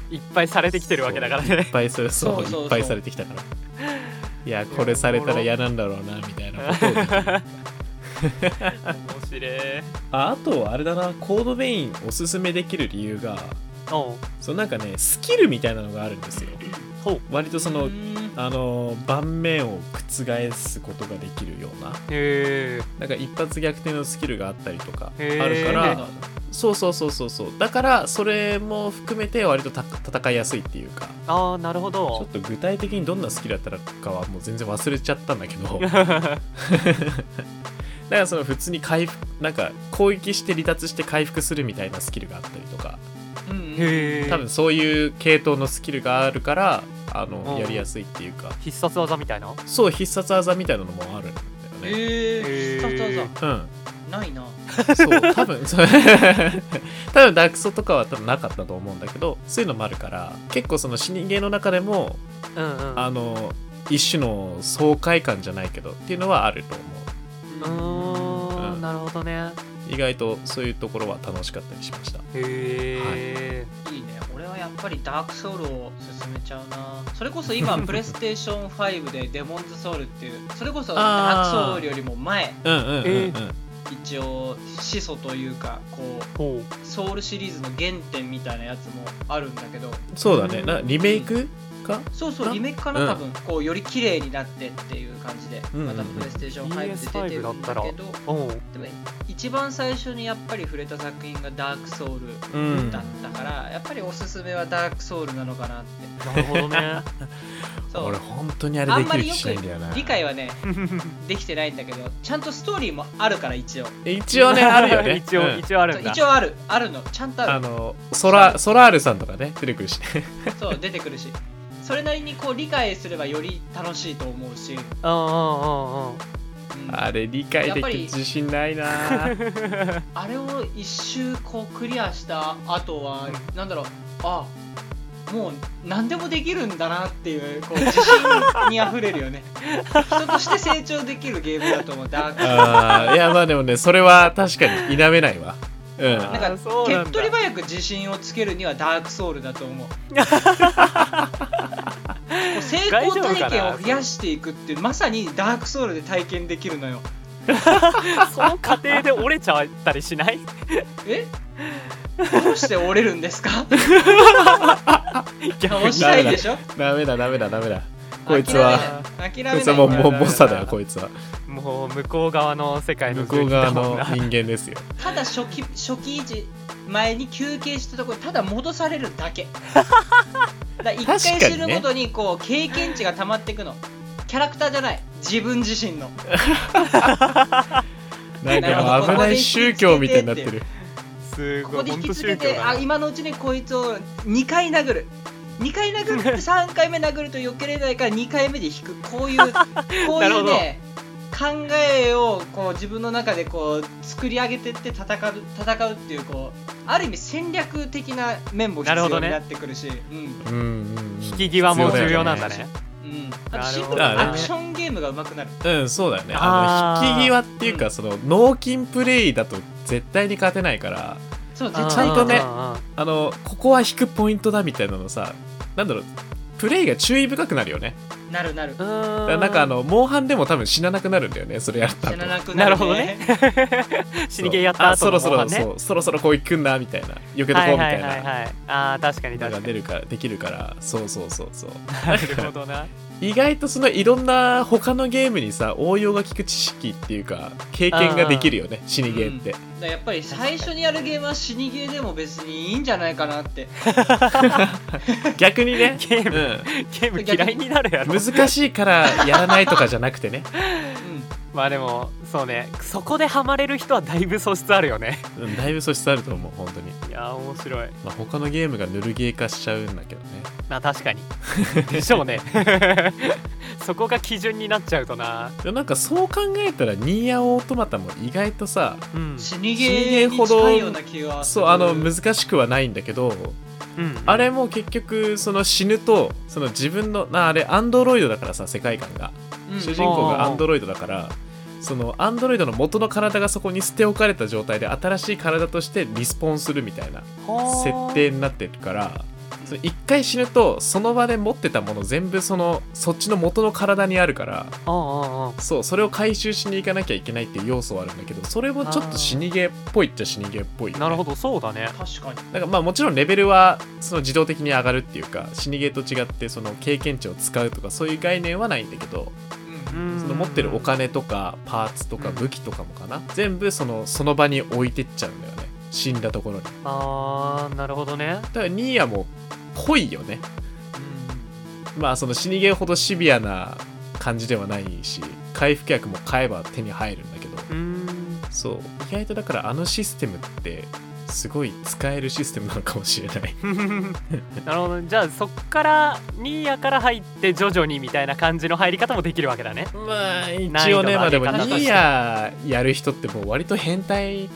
いっぱいされてきてるわけだからそういねっぱいそれそうそうそうそういっぱいされてきたからいやこれされたら嫌なんだろうなみたいなことをね面白い ああとはあれだなコードベインおすすめできる理由がおうそのなんかねスキルみたいなのがあるんですよほう割とその、うんあの盤面を覆すことができるようなへえなんか一発逆転のスキルがあったりとかあへーるかそうなら、んだそうそうそうそうそうだからそれも含めて割とた戦いやすいっていうかああなるほちょっどと具体的にどんなスキルだったかはもう全然忘れちゃったんだけ どだからその普通に回復なんか攻撃して離脱して回復するみたいなスキルがあったりとかうんへえ多分そういう系統のスキルがあるからあうのんやりやすいっていうか必殺技みたいなそう必殺技みたいなのもあるんだよね。えー、必殺技うん、ないな そう多分そう多分ダークソとかは多分なかったと思うんだけどそういうのもあるから結構その死人芸の中でもうんうんあの一種の爽快感じゃないけどっていうのはあると思ううーうんんなるほどね意外とそういうところは楽しかったりしましたへえ、いいね俺はやっぱりダークソウルを進めちゃうなそれこそ今プレイステーション5でデモンズソウルっていうそれこそダークソウルよりも前うんうんうんうん、え一応始祖というかこほうソウルシリーズの原点みたいなやつもあるんだけどそうだねなリメイクかそうそうなリメイクかうなん多分こうより綺麗になってっていう感じでうんうんうまんたプレイステーション5で出てるんだけどうおうでも一番最初にやっぱり触れた作品がダークソウルうんだったからやっぱりおすすめはダークソウルなのかなってなるほどねそう俺本当にあれできる気しないんだよな理解はねできてないんだけどちゃんとストーリーもあるから一応 一応ねあるよ ね 一応、うん一応あるんだ一応あるあるのちゃんとああるのソラソラールさんとかね出てくるしねそう出てくるしそれなりにこう理解すればより楽しいと思うし、うんうんうんうんうんあれ理解できる自信ないなあれを一周こうクリアした後はなんだろうあもう何でもできるんだなっていうこう自信にあふれるよ ね人として成長できるゲームだと思うダークソウルあーいやまあでもねそれは確かに否めないわうんなんあかそう手なっんだ取り早く自信をつけるにはダークソウルだと 思うこう成功体験を増やしていくってまさにダークソウルで体験できるのよその過程で折れちゃったりしないえどうして折れるんですか逆押したいでしょダメだダメだダメだこいつはこ諦めないいつはもう諦めないもう猛者だよこいつはもう向こう側の世界の向こ空う気側だもんのな人間ですよただ初期初期位置前に休憩したところただ戻される だけだから一回確かに知ねるごとにこう経験値が溜まっていくのキャラクターじゃない自分自身のなんかもう危ない宗教みたいになってるすこごこいで引本き当つ宗け教てだあな今のうちにこいつを2回殴る2回殴 って3回目殴ると避けれないから2回目で引くこういう こうないるほうどね考えをこう自分の中でこう作り上げてって戦う戦うっていうこうある意味戦略的な面も必なるほ要どにねなってくるしうんうんうんうん引き際も重要なんだねうんあとシンプなルるほどねアクションゲームが上手くなるうんそうだよねああーの引き際っていうかその脳筋プレイだと絶対に勝てないからそうあー絶ちゃ対んとねあーああのここは引くポイントだみたいなのさなんだろうプレイが注意深くなるよねなるなるーだうかーらなんかあのモンハンでも多分死ななくなるんだよねそれやった死後ななくななるるほどね死にゲーやったあそ後ろのそ後ろ、半ねそうそろそろこう行くんなみたいな避けとこうみはいはたいいはいなはいあー確かにの確かがに出るからできるからそうそうそうそうなるほどな意外とそのいろんな他のゲームにさ応用が効く知識っていうか経験ができるよね死にゲーって、だからやっぱり最初にやるゲームは死にゲーでも別にいいんじゃないかなって逆にね ゲームゲーム嫌いになるやうろん、難しいからやらないとかじゃなくてねうんまあでもそうねそこでハマれる人はだいぶ素質あるよねうんだいぶ素質あると思う本当に、いやー面白いまあ、他のゲームがぬるゲー化しちゃうんだけどねまあ確かにでしょうね そこが基準になっちゃうとなでもなんかそう考えたらニーヤオートマタも意外とさうん、死にゲーに近いような気がするそうあの難しくはないんだけどうん、あれも結局その死ぬとその自分のなあれアンドロイドだからさ世界観がうん主人公がアンドロイドだからそのアンドロイドの元の体がそこに捨て置かれた状態で新しい体としてリスポンするみたいなはー設定になってるからその一回死ぬとその場で持ってたもの全部そのそっちの元の体にあるからああああそうそれを回収しに行かなきゃいけないっていう要素はあるんだけどそれもちょっと死にゲーっぽいっちゃ死にゲーっぽいよね、なるほどそうだね確かになんかまあもちろんレベルはその自動的に上がるっていうか死にゲーと違ってその経験値を使うとかそういう概念はないんだけどうんその持ってるお金とかパーツとか武器とかもかな全部そのその場に置いてっちゃうんだよね死んだところにだかああなるほどねらニーヤもぽいよねまあその死にゲーほどシビアな感じではないし回復薬も買えば手に入るんだけどうーんそう意外とだからあのシステムってすごい使えるシステムなのかもしれない なるほどじゃあそっからニーヤから入って徐々にみたいな感じの入り方もできるわ けだねまあ一難易応度ねまあので上もげ方としてニーヤやる人ってもう割と変態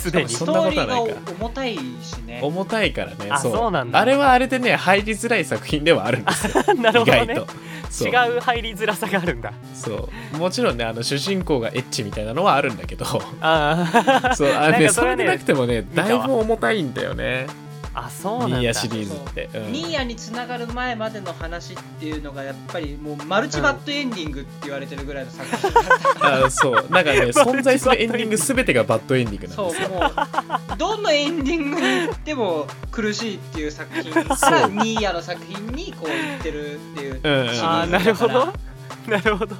すでにしスかもトーリーが重たいしね重たいからねあそうなんだあれはあれでね入りづらい作品ではあるんですよ なる意ほど外ねとそう違う入りづらさがあるんだそうもちろんねあの主人公がエッチみたいなのはあるんだけ どあそうあれなんねかそそれれはねでなくてもねただわいぶ重たいんだよね ああそうなんだニーヤシリーズって、うんニーヤに繋がる前までの話っていうのがやっぱりもうマルチバッドエンディングって言われてるぐらいの作品だ ったかあそうなんか ね存在するエンディンバッドエグンディング全てがバッドエンディングらなんそでうすよもうどのエンディングに行っても苦しいっていう作品からそうニーヤの作品にこう行ってるっていううんうんシリーズだからああなるほど なるほど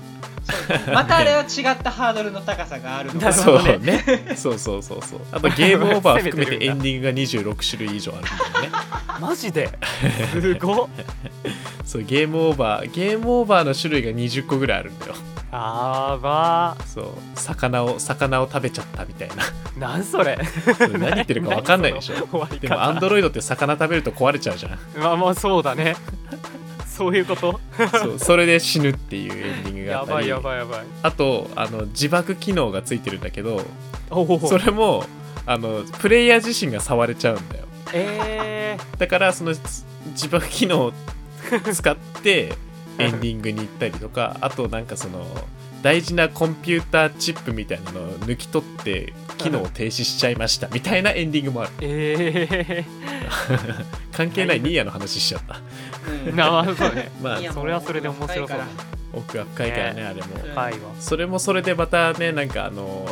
そうまたあれは違ったハードルの高さがあるのかなる ほそどうねね そうそうそうそうあとゲームオーバー含め攻めてるんてだエンディングが26種類以上あるんだよねマジ ですごっそうゲームオーバーゲームオーバーの種類が20個ぐらいあるんだよあーばそう魚を魚を食べちゃったみたい なーなんそれ何言ってるか分かんないでし何そょの終わりで方もアンドロイドって魚食べると壊れちゃうじゃんまあまあそうだね そうい うことそうそれで死ぬっていうエンディングがあやったばいりやばいやばいあとあの自爆機能がついてるんだけどおおそれもあのプレイヤー自身が触れちゃうんだよえだからそのつ自爆機能を使ってエンディングに行ったりとかあとなんかその大事なコンピューターチップみたいなのを抜き取って機能を停止しちゃいましたみたいなエンディングもある ー、え関係ないニーヤの話しちゃったうー、んなまあそうねまあいやそれはそれで面白そうだね奥が深いからねあれもうんはいわそれもそれでまたねなんかあの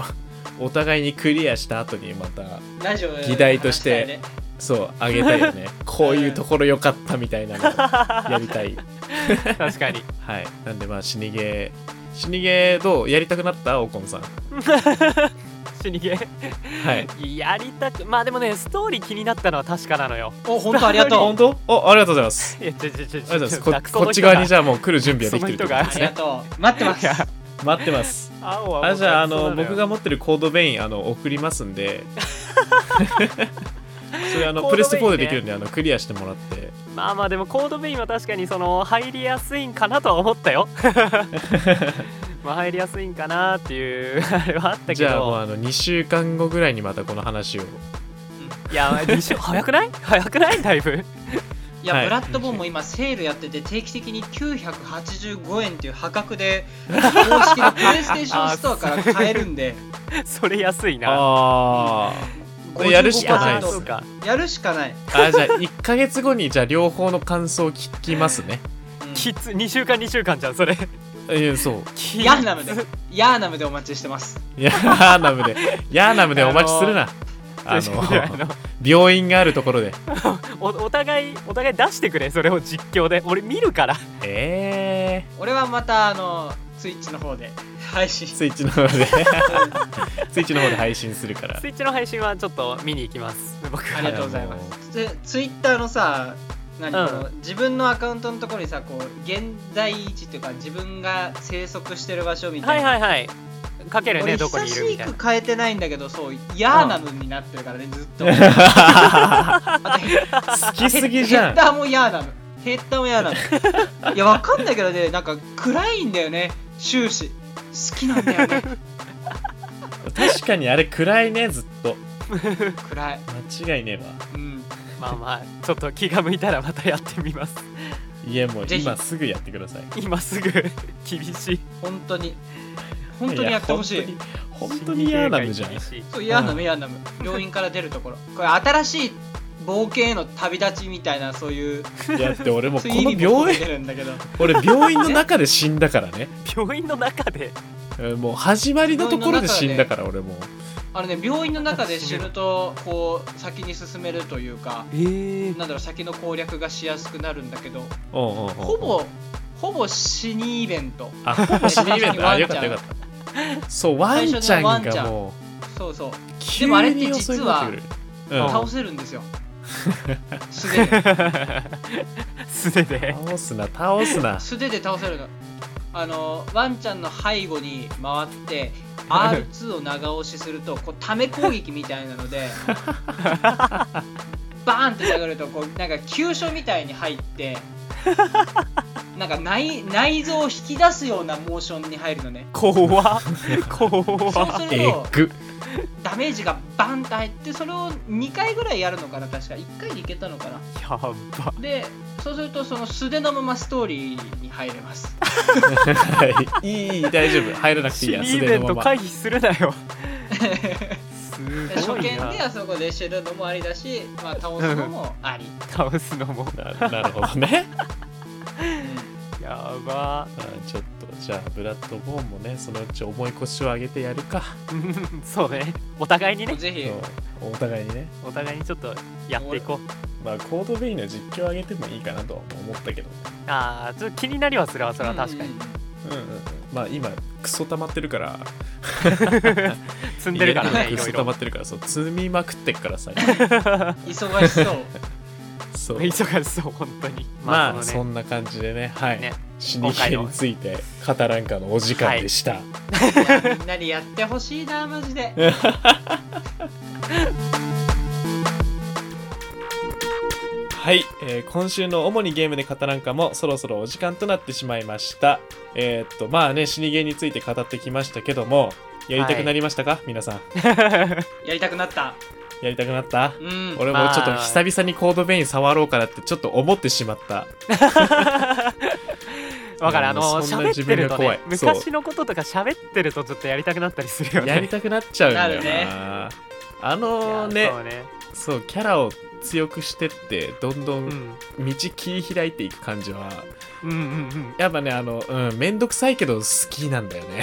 お互いにクリアした後にまたラジオで議題として話しそうあげたいよねこういうところ良かったみたいなのやりたい確かにはいなんでまあ死にゲー死にゲーどうやりたくなったおこんさん 死にゲーはいやりたくまあでもねストーリー気になったのは確かなのよたいねお本当ありがと本う当おありがとうございますいやちょあちょちょりがとうございまダすクこソこっち側にの人じゃあもう来る準備はできてるってことあですりがねとう待ってますがいや待ってます青はあじゃああもうのダクソ僕なが持ってるコードベインあの送りますんでそれあのコードベインねプレステ4でできるんであのクリアしてもらってよまあまあでもコードベインは確かにその入りやすいんかなとは思っ たよまあ入りやすいんかなっていうあれはあったけどじゃあもうあの2週間後ぐらいにまたこの話をいや2週早くない早くないだいぶいや、はいブラッドボーンも今セールやってて定期的に985円っていう破格で公式のプレイステーションストアから買えるん でそれ安いなあ55%やるしかないあでーすそうかやるしかない、ーあじゃあ1か月後にじゃあ両方の感想を聞きますねうんきつ2週間2週間じゃんそれえそうきヤーナムでつヤーナムでお待ちしてますヤーナムでヤーナムでお待ちするなあいやあのの病院があるところでおお互いお互い出してくれそれを実況で俺見るからえ俺はまたあのツイッチの方で配信ー、スイッチの方で スイッチの方で配信するからスイッチの配信はちょっと見に行きます僕あはりがとうございますツイッターのさ何うんこの自分のアカウントのところにさこう現在位置っていうか自分が生息してる場所みたはいいな、はいはいかけるね俺どこにいるみたい久なしく変えてないんだけどそう嫌なのになってるからねずっとあと好きすぎじゃヘッんダーも嫌なのヘッダーも嫌なのいやわかんないけどねなんか暗いんだよね終始好きなんだよね確かにあれ暗いねずっと暗い間違いねえわうん まあまあちょっと気が向いたらまたやってみますいやもうぜひ今すぐやってください今すぐ厳しい本当に本当にやってほしいや本当に本当に嫌なのじゃん心理系が厳しいそう嫌なの嫌なの病院から出るところこれ新しい冒険への旅立ちみたいなそういういやだって俺もうそこういうの意味も病込め院てるんだけど俺病院の中で死んだから ね病院の中でうんもう始まりのところで死んだから俺もあのね病院の中で死ぬとこう先に進めるというかえー、なんだろう先の攻略がしやすくなるんだけどうんうんうんほぼほぼ死にイベントあほぼ死にイベントあワンちよかっゃんたよかったそうワンちゃん最初のワンちがゃんもそうそううで急もあれってに襲いかかってくるはうん倒せるんですよ 素手で素手で倒すな倒すな素手で倒せるのあのワンちゃんの背後に回って R2 を長押しするとこうため攻撃みたいなのでバーンって下がるとこうなんか急所みたいに入ってなんか内内臓を引き出すようなモーションに入るのね怖っそう怖っするえとぐダメージがバンって入ってそれを2回ぐらいやるのかな確か1回でいけたのかなやばでそうするとその素手のままストーリーに入れます はいいい大丈夫入らなくていい死やに素イベ手ンのトまま回避するなよす 初ご見いでなはそこで知るのもありだし、まあ、倒すのもあり、倒すのもななるほどねやば あちょっとじゃあブラッドボーンもねそのうち重い腰を上げてやるかうんそうねお互いにねぜひそうお互いにねお互いにちょっとやっていこうまあコードベインの実況上げてもいいかなとは思ったけどあーちょっと気になりはするわそれは確かにうんうんうんうんまあ今クソ溜まってるから積んでるからね家いでクろいソ溜ろまってるからそう積みまくってっからさ忙しそう そう忙しそう本当にまあそそのねんな感じでねはいね死に系についてカタランカのお時間でした、いやみんなにやってほしいなマジではい、えー今週の主にゲームで語らんかもそろそろお時間となってしまいましたえーっとまあね死にゲーについて語ってきましたけどもやりたくなりましたか、皆さんやりたくなったやりたくなったうん俺もちょっと久々にコードベイン触ろうかなってちょっと思ってしまったわかるあのもうそんな喋ってる自分がとね怖いそう昔のこととか喋ってるとちょっとやりたくなったりするよねやりたくなっちゃうんだよななあのいやねそうねそうキャラを強くしてってどんどうんん道切り開いていく感じはうんうんうんやっぱねあのうんめんどくさいけど好きなんだよね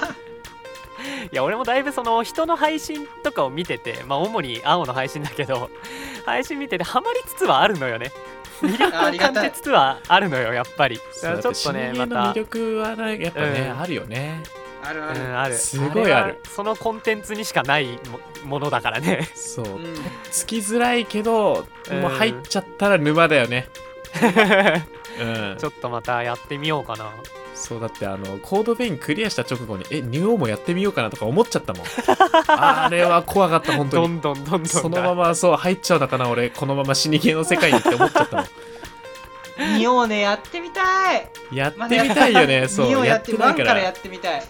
いや俺もだいぶその人の配信とかを見ててまあ主に青の配信だけど 配信見ててハマりつつはあるのよね魅力ありをが感たいじつつはあるのよやっぱりだからちょっとねそうだまって死に芸のた魅力はねやっぱね、うんあるよねあるうある、んあるすごいあるれはそのコンテンツにしかないもものだからねそううんつきづらいけど、うんもう入っちゃったら沼だよ ねうんちょっとまたやってみようかなそうだってあのコードベインクリアした直後にえニューオーもやってみようかなとか思っちゃったもんあれは怖かった本当どにんどんどんどんそのままそう入っちゃうのかな俺このまま死にゲーの世界にって思っちゃったも ん見ようねやってみたいやってみたいよね、 そ見よう。うややっっててみなワいンかからやらっ。てみたい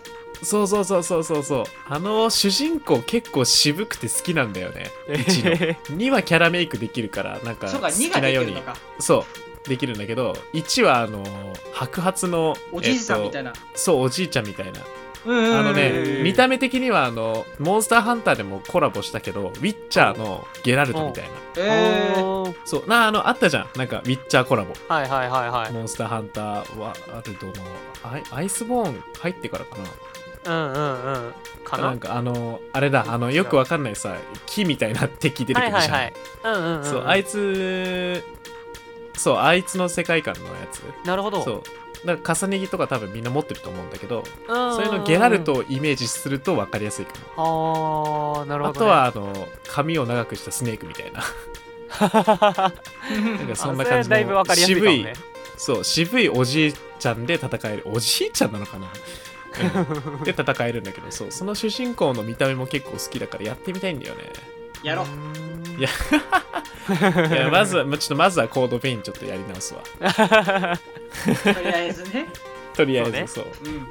そうそうそうそうそうそう。あの主人公結構渋くて好きなんだよね。1 の。2はキャラメイクできるから、なんかそう好か2きがなできようるにの。かそう。できるんだけど、1はあの白髪のおじいさんみたいな、な、そうおじいちゃんみたいなうんうんうんあのへねー見た目的にはあのモンスターハンターでもコラボしたけどウィッチャーのゲラルトみたいなえーおーそうなあのあったじゃんなんかウィッチャーコラボはいはいはいはいモンスターハンターワールドのアイアイスボーン入ってからかなうんうんうんかななんかあのあれだあのよくわかんないさ木みたいな敵出てくはるいじゃん、はいはいうんうんうんそうあいつそうあいつの世界観のやつなるほどそうなんか重ね着とか多分みんな持ってると思うんだけどそそういうのゲラルトをイメージすると分かりやすいかもあーなるほど、ね、あとはあの髪を長くしたスネークみたいな なんかあそんれな感じのだいぶわかりやすいかも渋いねそう渋いおじいちゃんで戦えるおじいちゃんなのかな、うんで戦えるんだけどそうその主人公の見た目も結構好きだからやってみたいんだよねやろうういやいや まずはまちょっとまずはコードペインちょっとやり直すわとりあえずねとりあえずそうねそううん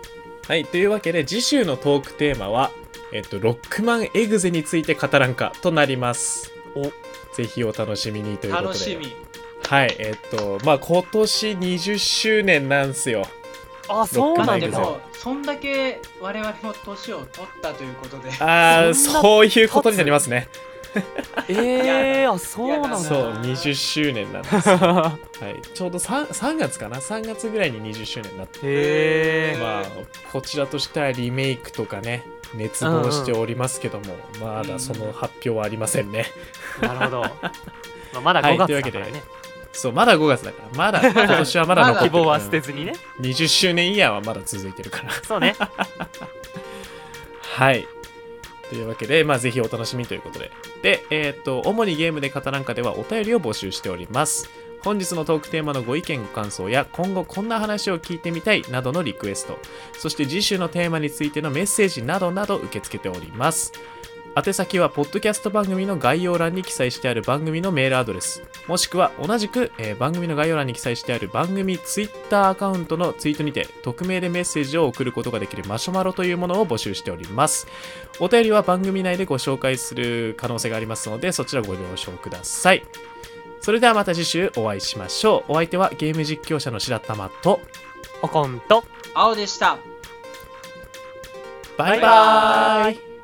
はいというわけで次週のトークテーマは、えっと、ロックマンエグゼについて語らんかとなりますおぜひお楽しみにということで楽しみはいえっとまあ今年20周年なんすよ あそうまなあんでロックマンエグゼだもそんだけ我々も年を取ったということでああそんなそういうことになりますねええあそうなんいやだそう20周年なんですよはい、ちょうど 3, 3月かな3月ぐらいに20周年になって、 へえ まあこちらとしてはリメイクとかね熱望しておりますけども、まだその発表はありませんね、なるほど、まあ、まだはい5月というわけだでからね、そうまだ5月だから まだ今年はまだ残って希る望は捨てずにね20周年イヤーはまだ続いてるからそう ねはいというわけで、まあ、ぜひお楽しみということで。で、えっ、と、主にゲームで語らんかではお便りを募集しております。本日のトークテーマのご意見、ご感想や、今後こんな話を聞いてみたいなどのリクエスト、そして次週のテーマについてのメッセージなどなど受け付けております。宛先は、ポッドキャスト番組の概要欄に記載してある番組のメールアドレス、もしくは同じく、えー番組の概要欄に記載してある番組ツイッターアカウントのツイートにて、匿名でメッセージを送ることができるマシュマロというものを募集しております。お便りは番組内でご紹介する可能性がありますので、そちらご了承ください。それではまた次週お会いしましょう。お相手はゲーム実況者の白玉と、おこんと青でしたバイババイバイババーーイイ